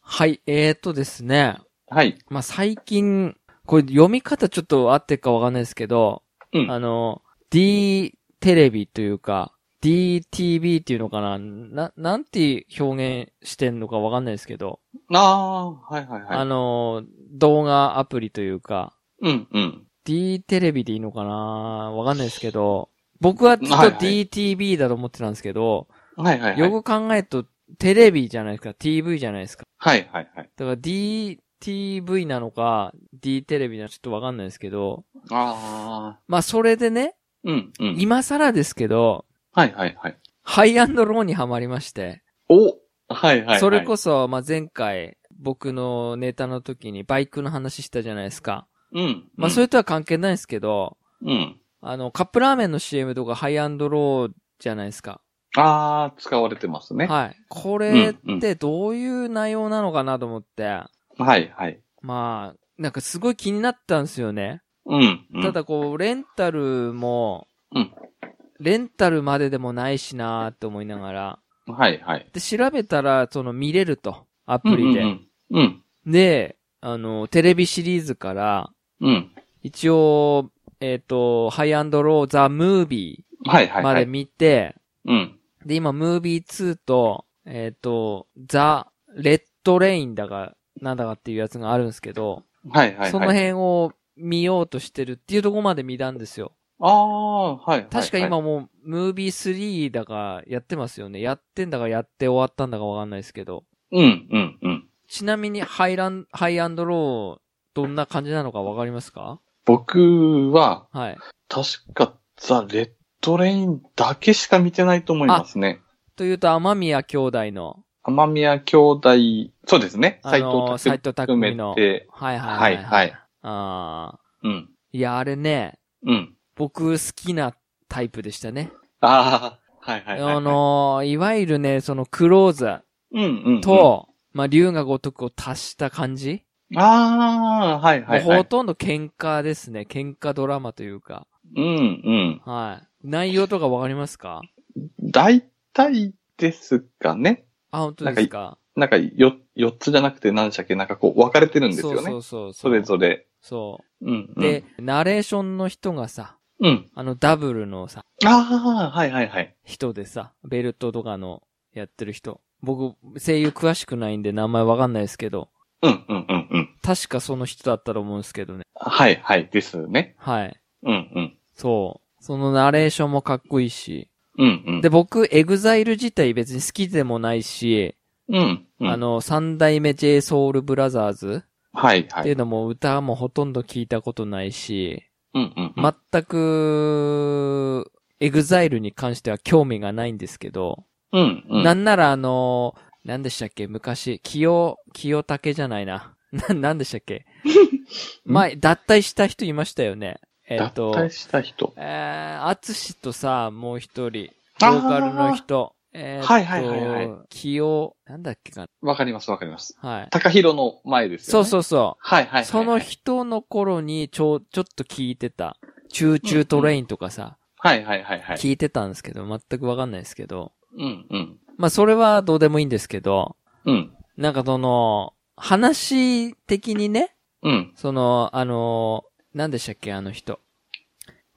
はい、えーとですね。はい。まあ、最近、これ読み方ちょっと合ってるかわかんないですけど、うんあの、D テレビというか、DTV っていうのかなな、なんて表現してんのかわかんないですけど、ああー、はいはいあはい。の、動画アプリというか、うんうん。 D テレビでいいのかなわかんないですけど、僕はずっとはいはい DTV だと思ってたんですけど、はいはいはい。よく考えるとテレビじゃないですか、TV じゃないですか。はいはいはい。だから DTV なのか、D テレビなのかちょっとわかんないですけど、ああ、まあそれでね、うんうん。今更ですけど、はいはいはい。ハイアンドローにはまりまして、おはいはいはい。それこそ。そ、まあ前回、僕のネタの時にバイクの話したじゃないですか。うん。まあそれとは関係ないですけど、うん。あの、カップラーメンの CM とかハイアンドローじゃないですか。ああ、使われてますね。ははい。これってどういう内容なのかなと思って、いはい。まあ、なんかすごい気になったんですよね。うん。うんた、だこう、レンタルも、うんレンタルまででもないしなーって思いながら、はいはい。で、調べたら、その見れると、アうプんうリんで。うん。うん。で、あの、テレビシリーズから、うん。一応、えっ、と、ハイアンドローザ・ムービはいはーいまはでい。見て、うん。で、今、ムービー2と、えっ、と、ザ・レッド・レインだが、なんだかっていうやつがあるんですけど、はいはいはい。その辺を見ようとしてるっていうところまで見たんですよ。ああ、はいはい。確かはい。今もう、ムービー3だかやってますよね。やってんだかやって終わったんだかわかんないですけど。うん、うん、うん。ちなみに、ハイラン、ハイアンドロー、どんな感じなのかわかりますか僕は、はい。確か、ザ・レッドレインだけしか見てないと思いますね。というと、天宮兄弟の、天宮兄弟、そうですね。あ斎のー藤匠斎藤工の含めて。はいはいはい、はい。あうん、ーいや、あれね、うん。僕好きなタイプでしたね。ああ、はいはいはい。あ、のーいわゆるね、そのクローズうん、うん。と、まあ、竜が如くを足した感じ、うん、ああ、はいはいはもうほい。とんど喧嘩ですね。喧嘩ドラマというか。うん、うん。はい。内容とかわかりますか大体ですかね。あ、本当ですかなんか、よ、四つじゃなくて何でしたっけなんかこう、分かれてるんですよね。そうそうそう。それぞれ。そうん、うう。ん。で、、ナレーションの人がさ、うん。あのダブルのさ、ああ、はいはいはい。人でさ、ベルトとかのやってる人。僕、声優詳しくないんで名前わかんないですけど、うん、うん、うん、うん。確かその人だったと思うんですけどね。はい、はい、ですね。はい。うん、うん。そう。そのナレーションもかっこいいし。うん、うん。で、僕、エグザイル自体別に好きでもないし、うん、うん。あ、の、三代目 j ソウルブラザーズはい、っはてい。いうのも歌もほとんど聞いたことないし、うん、うん。うん、全く、エグザイルに関しては興味がないんですけど、うん、うん。なんならあの、なんでしたっけ昔、清、清武じゃないな。 な、なんでしたっ け前、脱退した人いましたよね。えっ、と、脱退した人。えー、アツシとさ、もう一人、ボあーーカルの人。えーとはいはいはいはい清、なんだっけかわかります、わかります。な。はい。高弘の前ですそよね。。うそううそう。はい、はいはい。その。人の頃にちょ、ちょっと聞いてた。チューチュートレインとかさ、はい、はい、はい、はい。聞いてたんですけど、全くわかんないですけど。うん、うん。まあ、それはどうでもいいんですけど、うん、なんかその、話的にね、うん。その、あの、なんでしたっけ、あの人。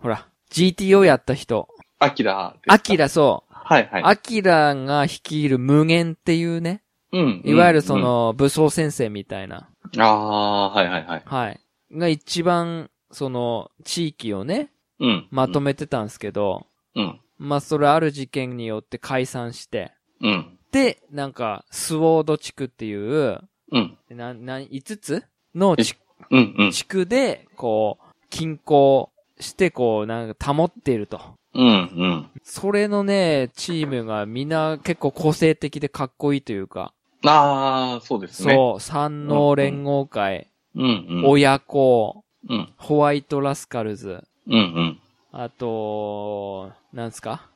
ほら、GTO やった人。アキラですか。アキラ、そう。はい、はい。アキラが率いる無限っていうね、うん。いわゆるその、武装先生みたいな、うん。ああー、はい、はい、はい。はい。が一番、その、地域をね、うん。まとめてたんですけど、うん。まあ、それある事件によって解散して、うん。で、なんか、スウォード地区っていう、うん。な、な、5つの地うん。うん。地区で、こう、均衡して、こう、なんか保っていると。うん。うん。それのね、チームがみんな結構個性的でかっこいいというか、ああ、そうですね。そう、三能連合会、う。うん。うん。親子、うん。ホワイトラスカルズ、うん。あと、なんす か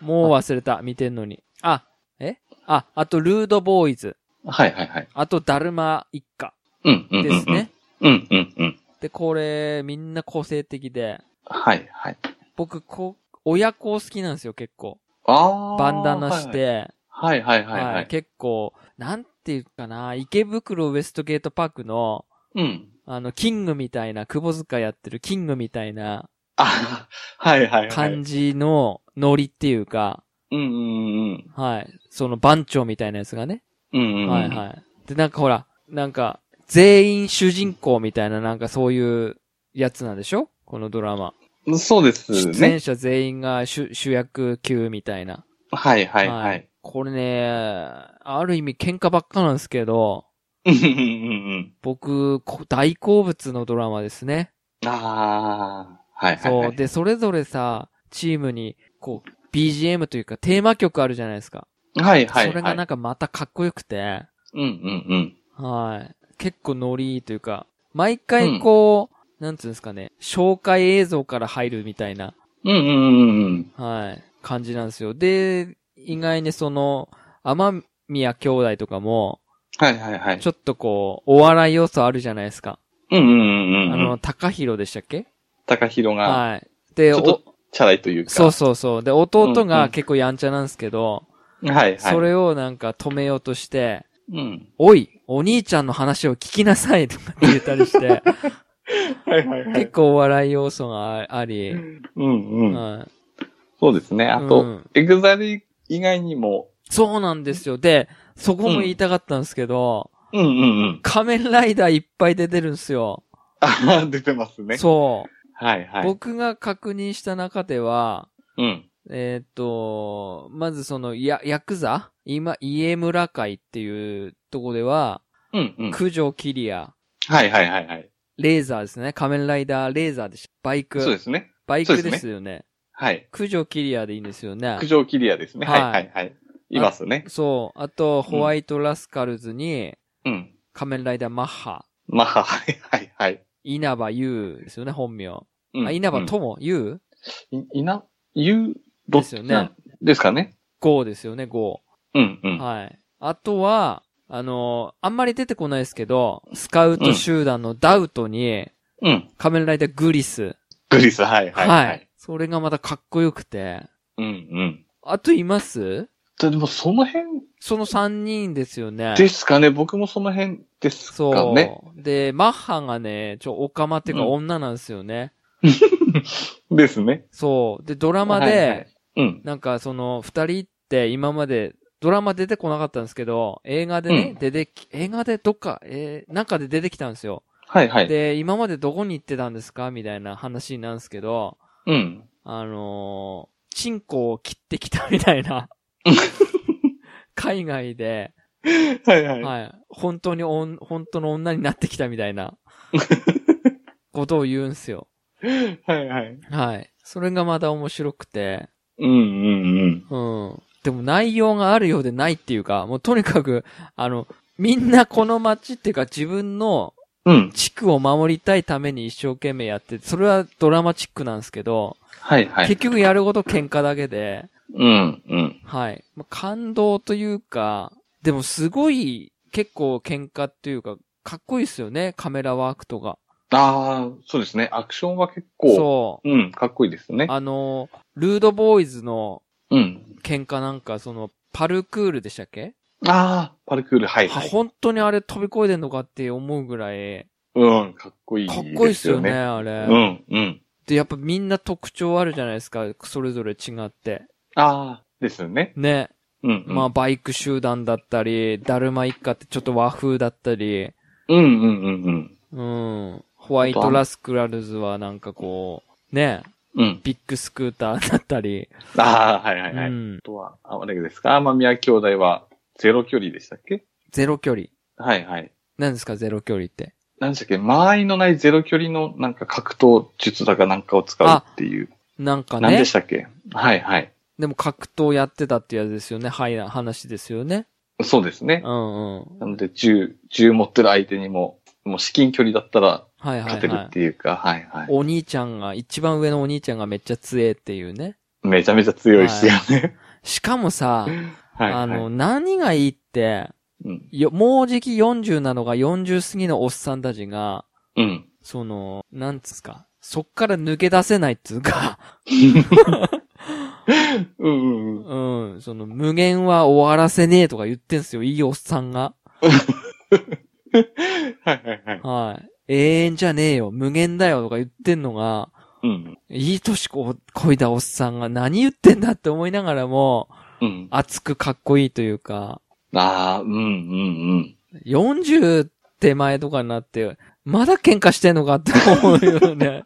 もう忘れた、見てんのに。あ、えあ、あと、ルードボーイズ。うん。はい、はい、はい。あと、ダルマ一家うん。うん。ですね。。うん。うん。うん。で、これ、みんな個性的で、はい、はい。僕、こう、親子好きなんですよ、結構。ああ。バンダナして、はいはいはいはい。結構、なんていうかな、池袋ウエストゲートパークの、うん。あの、キングみたいな、窪塚やってるキングみたいなあ、はいはいはい。感じのノリっていうか、うんうんうん。はい。その番長みたいなやつがね。うんうんうん。はいはい。で、なんかほら、なんか、全員主人公みたいな、なんかそういうやつなんでしょこのドラマ。そうです出ね。演者全員が主主役級みたいな。はいはいはい。これね、ある意味喧嘩ばっかなんですけど、うんうんうん僕、こ大好物のドラマですね。うん。ああ、はいはいはそう。い。で、それぞれさ、チームに、こう、BGM というかテーマ曲あるじゃないですか。はいはいはい。それがなんかまたかっこよくて、うんうんうん。はい。結構ノリいいというか、毎回こう、なんつうんですかね、紹介映像から入るみたいな、うんうんうんうん。はい、感じなんですよ。で、意外にその、天宮兄弟とかも、はいはいはい。ちょっとこう、お笑い要素あるじゃないですか。うんうんあうんうの、ん。高弘でしたっけ高弘が、はい。で、ちょっとお、チャラいというか。そうそうそう。で、弟うんうがん結構やんちゃなんですけど、はいはい。それをなんか止めようとして、うん。おい、お兄ちゃんの話を聞きなさいとかって言ったり して、はいはいは結い。構お笑い要素がああり、うんうんうん。そうですね。あうと、んエグザル以外にも、そうなんですよ。で、そこも言いたかったんですけど、うんうんうん。仮面ライダーいっぱい出てるんですよ。あー出てますね。そう、はいはい。僕が確認した中では、うん。えーっと、まずその、や、ヤクザ今、家村会っていうとこでは、うんうん。九条キリア、はいはいはいはい。レレーザーですね。仮面ライダーレーザーでした。バイク。そうですね。バイそうクですねですよね。はい。九条キリアでいいんですよね九。条キリアですね。ははいいはいはい。いますね。そう。あと、ホワイトラスカルズに、うん。仮面ライダーマッハ、まあ、はいはいはい。稲葉優ですよね、本名。うんあ、稲葉友優うんいいな、ゆう、どっですちよねなんですかね。ゴーですよね、ゴうんうー。ん。はい。あとは、あのーあんまり出てこないですけど、スカウト集団のダウトに、うん。仮面ライダーグリス。グリス、はいはいはい。それがまたかっこよくて。うんうん。あといますででもその辺その3人ですよね。ですかね。僕もその辺ですかそう、ね。で、マッハがね、ちょ、オカマっていうかうん女なんですよね。ですね。そう。で、ドラマで、はいはいうん。なんかその、二人って今まで、ドラマ出てこなかったんですけど、映画でね、うん出てき、映画でどっか、えー、なんかで出てきたんですよ。はいはい。で、今までどこに行ってたんですかみたいな話なんですけど、うん。 あのー、チンコを切ってきたみたいな。海外で、はいはい。はい。本当におん、本当の女になってきたみたいな、ことを言うんすよ。はいはい。はい。それがまだ面白くて、うんうんうん。うん。でも内容があるようでないっていうか、もうとにかく、あの、みんなこの街っていうか自分のうん。地区を守りたいために一生懸命やってて、それはドラマチックなんですけど、はいはい。結局やること喧嘩だけで、うんうん。はい。まあ感動というか、でもすごい結構喧嘩っていうか、かっこいいですよね、カメラワークとか。ああ、そうですね。アクションは結構、。そうん、かっこいいですう。。ねあの、ルードボーイズのうん。喧嘩なんか、その、パルクールでしたっけ、ああ、パルクール、はい、ははい。本当にあれ飛び越えてんのかって思うぐらい、うん、かっこいいですかよっね。こいいですよね、あれ、うん、うん。で、やっぱみんな特徴あるじゃないですか、それぞれ違って。ああ、ですよね。ね。うん、うん。まあ、バイク集団だったり、だるま一家ってちょっと和風だったり、うん、うん、うん、うん。うん。ホワイトラスクラルズはなんかこう、ね、うん。ビッグスクーターだったり、ああ、はい、はい、はうい。あん。とは、ああれですか天宮兄弟は、ゼロ距離でしたっけゼロ距離。はい、はい。何ですか、ゼロ距離って。何でしたっけ間合いのないゼロ距離の、なんか格闘術だかなんかを使うっていう。なんか何ねでし、たっけはい、はい。でも格闘やってたってやつですよね、はい、話ですよね。そうですね。うんうん。なので、銃、銃持ってる相手にも、もう至近距離だったらはいは勝いてるはっい。ていうか、はい、はい、お兄ちゃんが、一番上のお兄ちゃんがめっちゃ強えっていうね。めちゃめちゃ強いしやね。しかもさ、 はい、はい。あの、何がいいって、うん、よ、もうじき40なのが40過ぎのおっさんたちが、うん。その、なんつうか、そっから抜け出せないっつうか、うんうんうん。うん、その、無限は終わらせねえとか言ってんすよ、いいおっさんが。はいはいはい。はい。永遠じゃねえよ、無限だよとか言ってんのが、うん。いい年こ、こいだおっさんが何言ってんだって思いながらも、うん。熱くかっこいいというか、ああ、うんうん40手前とかになって、まだ喧嘩してんのかって思うよね。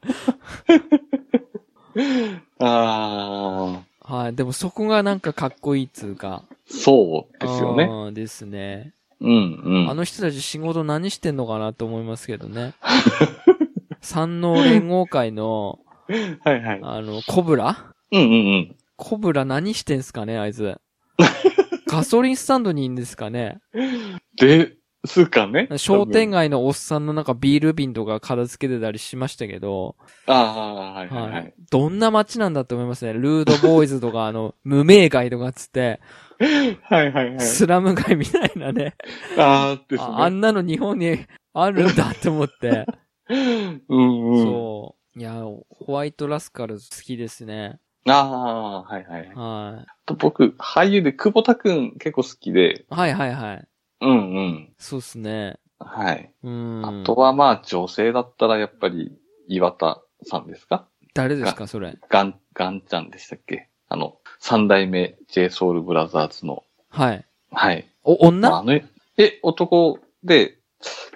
うん。ああ、はい。でもそこがなんかかっこいいっつうか。そうですよね。ね。ですね。うんうん。あの人たち仕事何してんのかなと思いますけど ね。山王連合会の、はいはい。あの、コブラうんうんコブラ何してんすかね、あい つ。ガソリンスタンドにいんですかね。うん。で、すかね商店街。街のおっさんのなんかビール瓶とか片付けてたりしましたけど、ああー、はいはいははいい。。どんな街なんだって思いますね。ルードボーイズとか、あ の、無名街とかっつって、はいはいはい。スラム街みたいなね。ああ、ですね。ああんなの日本にあるんだって思って。 うんうん。そう。いや、ホワイトラスカルズ好きですね。ああー、はいはいはい。はあと僕、俳優で久保田くん結構好きで、い。はいはいはい。うんうん。そうですね。はい。うん。あとはまあ女性だったらやっぱり岩田さんですか誰ですか、それ。ガン、ガンちゃんでしたっけあの、三代目 JSOULBROTHERS の。はい。はい。お、まあ、あ女の、え、男で、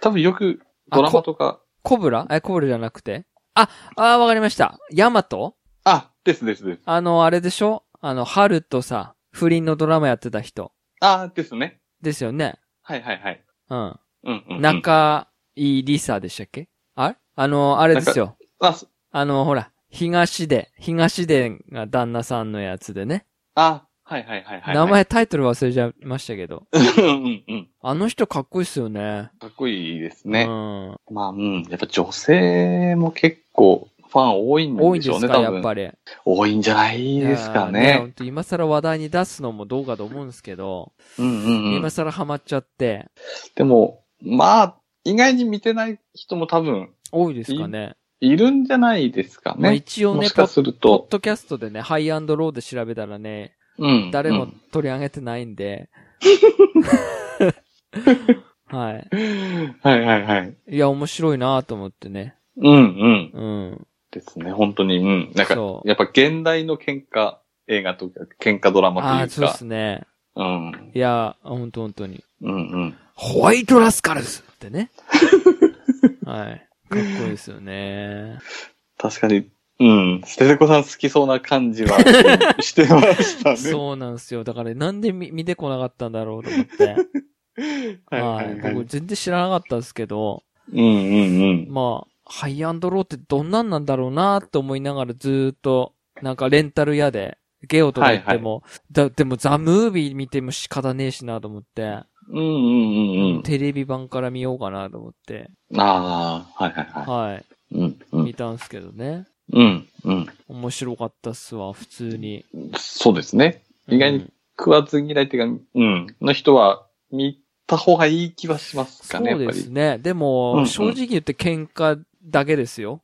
多分よくドラマとか、コブラえ、コブラじゃなくてあ、あーわかりました。ヤマトあですですです。あの、あれでしょあの、春とさ、不倫のドラマやってた人。あですね。ですよね。はいはいはい。うん。うんうん、うん。中井りさでしたっけあれあの、あれですよ。あ、そあの、ほら、東出。東出が旦那さんのやつでね。あ、はいはいはいはい。名前、タイトル忘れちゃいましたけど。 うんうん。あの人かっこいいっすよね。かっこいいですうね。ん。まあ、うん。やっぱ女性も結構ファン多いん多いんででしょうすね、か、多やっ分。ぱり。多いんじゃないいですかやーほねん。と今更話題に出すのもどうかと思うんですけど、うんうんう今ん。更ハマっちゃって、でも、まあ、意外に見てない人も多分多いですかね。いるんじゃないですかまあね。一応もね、しポかッするポッと、ドキャストでね、ハイアンドローで調べたらね、うん。誰うもん取り上げてないん で。はい。はいはいはい。いや、面白いなと思ってね。うんうん。うん。ですね、本当に。うん。なんかそ、うやっぱ現代の喧嘩映画とか、喧嘩ドラああマー、といそううでかす。ね。うん。いや、ほんとほんとに。うんうん。ホワイトラスカルズって ね。はい。かっこいいですよね。確かに、うん。ステレコさん好きそうな感じはうんしてましたね。そうなんですよ。だから、なんで見見てこなかったんだろうと思って。 はいははいい。はい。う僕、ん全然知らなかったんですけど、うんうん。まあ、ハイアンドローってどんなんなんだろうなと思いながらずーっと、なんかレンタル屋で、ゲオとか行っても、だ、でもザ・ムービー見ても仕方ねえしなと思って、うんうんうんテレビ版から見ようかなと思って、うん。ああ、はいはいは。はいうんうい、ん見。たんすけどね。うんうん。面白かったっすわ、普通に。そうですね。意外にうん食わず嫌いっていうか、うん。の人は見た方がいい気はしますかね、そうやっでぱすり。ね。でうんうも、ん正直言って喧嘩だけですよ。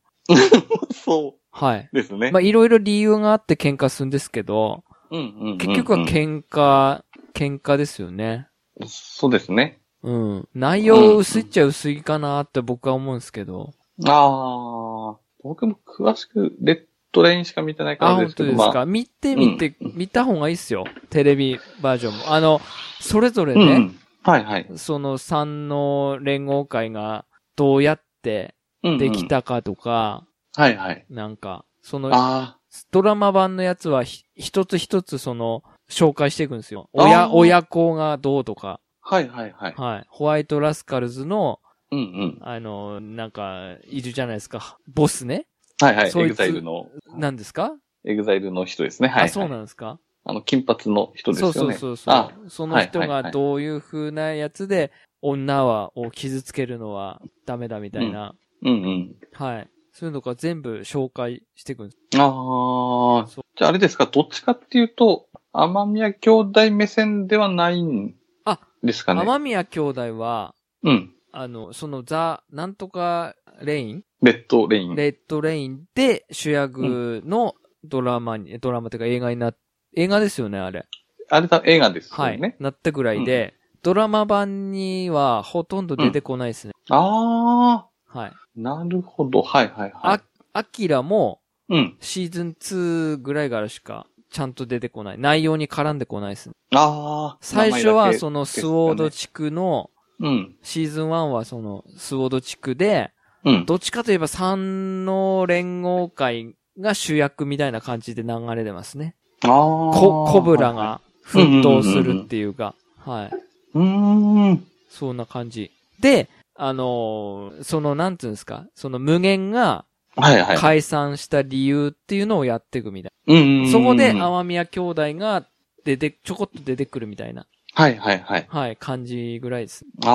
そはい。うですね。まあ、いろいろ理由があって喧嘩するんですけど、うんうんうんうん結局は喧嘩、喧嘩ですよね。そうですね。うん。内容薄いっちゃ薄いかなって僕は思うんですけど。ああ、僕も詳しく、レッドレインしか見てないかあ、らで本すけ当ど、ですまか。見てみて、見た方がいいっすよ。テレビバージョンも。あの、それぞれあ、うんうね、ん。はいはい。その三の連合会がどうやってうんうんでき。たかとか、はいはい。なんか、その、あドラマ版のやつはひ一つ一つその、紹介していくんですよ。あー親、親子がどうとか、あ、はいはいはい。はい。ホワイトラスカルズの、うんうん。あの、なんか、いるじゃないですか。ボスね。はいはい。そエいグつザイルの、なんですかエグザイルの人ですね。はい、はい。あ、そうなんですかあの、金髪の人ですそようね。そうそうそあう。その人はいはいはがいどういう風なやつで、女は、を傷つけるのはダメだみたいな。うんうん。はい。そういうのが全部紹介していくんです。ああ、そうじゃああれですか、どっちかっていうと、天宮兄弟目線ではないんあですかね。天宮兄弟は、うん。あの、そのザ、なんとかレインレッドレイン。レッドレインで主役のドラマに、ドラマというか映画になっ映画ですよね、あれ。あれだ、映画ですよはね。い。なったぐらいで、ドラマ版にはほとんど出てこないですね。あはい。ー、なるほど。はいはいはいあ。、アキラもうん。シーズン2ぐらいからしかちゃんと出てこない。内容に絡んでこないですね。あー、最初名前だはけそのスウォード地区の、うん。シーズン1はそのスウォード地区で、うん。どっちかといえば三の連合会が主役みたいな感じで流れてますね。あー。コ、コブラはが奮闘するっていうか、はい。いはい。うーん。そんな感じ。で、あのーその、なんていうんですか、その無限がはいはい。解散した理由っていうのをやっていくみたいうんうんうな。ん。そこで、は天宮兄弟が出て、ちょこっと出てくるみたいな、いはいはい。はい、感じぐらいです。あ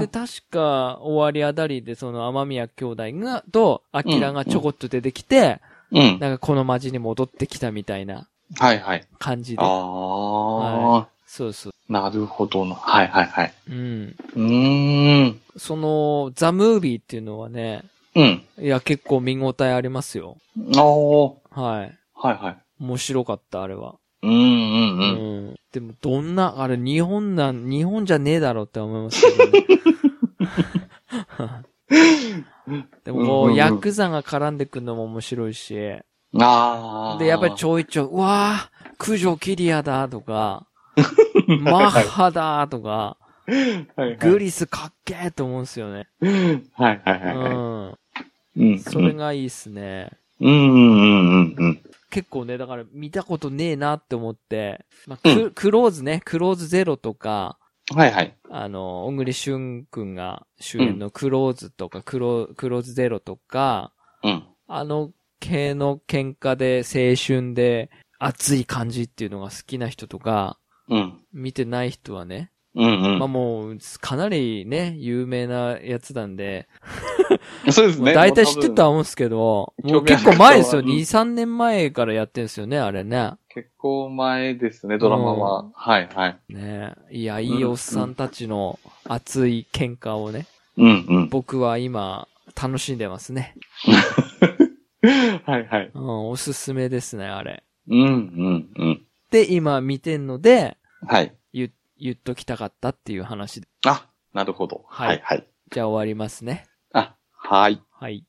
で、ー。確か、終わりあたりで、その、天宮兄弟が、と、アキラがちょこっと出てきて、うん。なんかこの街に戻ってきたみたいなはいはい。感じであ。はー。そうそう。なるほどな。はいはいはい。うん。うーん。その、ザ・ムービーっていうのはね、うん。いや、結構見応えありますよ。あー。はい。はいはい。面白かった、あれは。うんうんううん。でも、どんな、あれ、日本なん、日本じゃねえだろって思いますけど ね。でもこうんうんう、うんヤクザが絡んでくるのも面白いし、で、あー。やっぱりちょいちょい、うわー、九条キリアだと か、マッハだとか、はいはいグリスかっけーと思うんですよね。はいはいはいはい。ううんん。それがいいっすね。うんうんうんうん。結構ね、だから見たことねえなって思って、まあ、ククローズね、クローズゼロとか、はいはい。あの、小栗旬くんが主演のクローズとか、クロクローズゼロとか、うん。あの系の喧嘩で青春で熱い感じっていうのが好きな人とか、うん。見てない人はね、うんうん。まあもう、かなりね、有名なやつなんで、そうですもうね。大体知ってたと思うんですけど、多分もう結構前ですよ、興2、味ある3年前からやってるんですよね、あれね。結構前ですね、ドラマうは。はいはい。ねいや、いいおっさんたちの熱い喧嘩をね、うん僕は今、楽しんでますね。 うん。はいはい。うん、おすすめですね、あれ。うんうんうん。で、今見てんので、はい。言、言っときたかったっていう話で。あ、なるほど。はいはいはい。じゃあ終わりますね。あ、はい。はい。